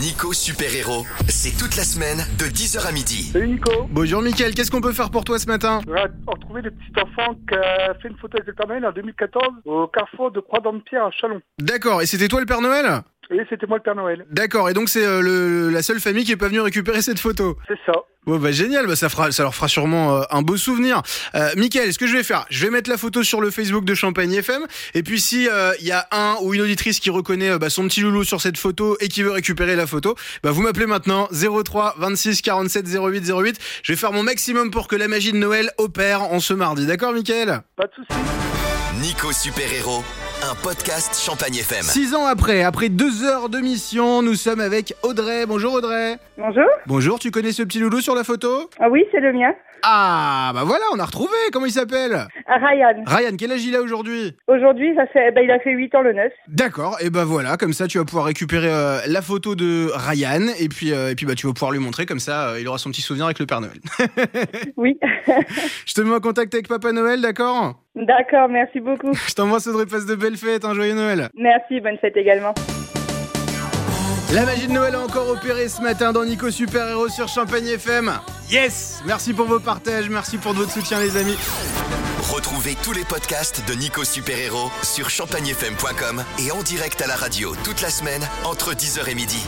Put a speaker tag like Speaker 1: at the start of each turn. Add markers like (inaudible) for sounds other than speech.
Speaker 1: Nico Super Héros, c'est toute la semaine de 10h à midi.
Speaker 2: Salut Nico,
Speaker 3: Bonjour Mickaël, qu'est-ce qu'on peut faire pour toi ce matin
Speaker 2: on va retrouver le petit enfant qui a fait une photo avec le Père Noël en 2014 au carrefour de Croix-d'Empierre à Chalon.
Speaker 3: D'accord, et c'était toi le Père Noël
Speaker 2: Et c'était moi le Père Noël.
Speaker 3: D'accord, et donc c'est euh, le- la seule famille qui est pas venue récupérer cette photo.
Speaker 2: C'est ça.
Speaker 3: Bon bah génial, bah, ça, fera, ça leur fera sûrement euh, un beau souvenir. Euh, Mickaël, ce que je vais faire, je vais mettre la photo sur le Facebook de Champagne FM, et puis si euh, il y a un ou une auditrice qui reconnaît euh, bah, son petit loulou sur cette photo et qui veut récupérer la photo, bah, vous m'appelez maintenant 03 26 47 08 08. Je vais faire mon maximum pour que la magie de Noël opère en ce mardi. D'accord Mickaël
Speaker 2: Pas de soucis.
Speaker 1: Nico Super Héros, un podcast Champagne FM.
Speaker 3: Six ans après, après deux heures de mission, nous sommes avec Audrey. Bonjour Audrey.
Speaker 4: Bonjour.
Speaker 3: Bonjour, tu connais ce petit loulou sur la photo
Speaker 4: Ah oui, c'est le mien.
Speaker 3: Ah, bah voilà, on a retrouvé. Comment il s'appelle
Speaker 4: Ah, Ryan.
Speaker 3: Ryan, quel âge il a aujourd'hui
Speaker 4: Aujourd'hui, ça fait, ben, il a fait 8 ans le 9.
Speaker 3: D'accord, et bah voilà, comme ça tu vas pouvoir récupérer euh, la photo de Ryan et puis, euh, et puis bah, tu vas pouvoir lui montrer, comme ça euh, il aura son petit souvenir avec le Père Noël. (laughs)
Speaker 4: Oui. (laughs)
Speaker 3: Je te mets en contact avec Papa Noël, d'accord
Speaker 4: D'accord, merci beaucoup.
Speaker 3: Je t'embrasse Audrey, passe de belles fêtes, un joyeux Noël.
Speaker 4: Merci, bonne fête également.
Speaker 3: La magie de Noël a encore opéré ce matin dans Nico Super Héros sur Champagne FM. Yes Merci pour vos partages, merci pour votre soutien les amis.
Speaker 1: Retrouvez tous les podcasts de Nico Super Héros sur champagnefm.com et en direct à la radio toute la semaine entre 10h et midi.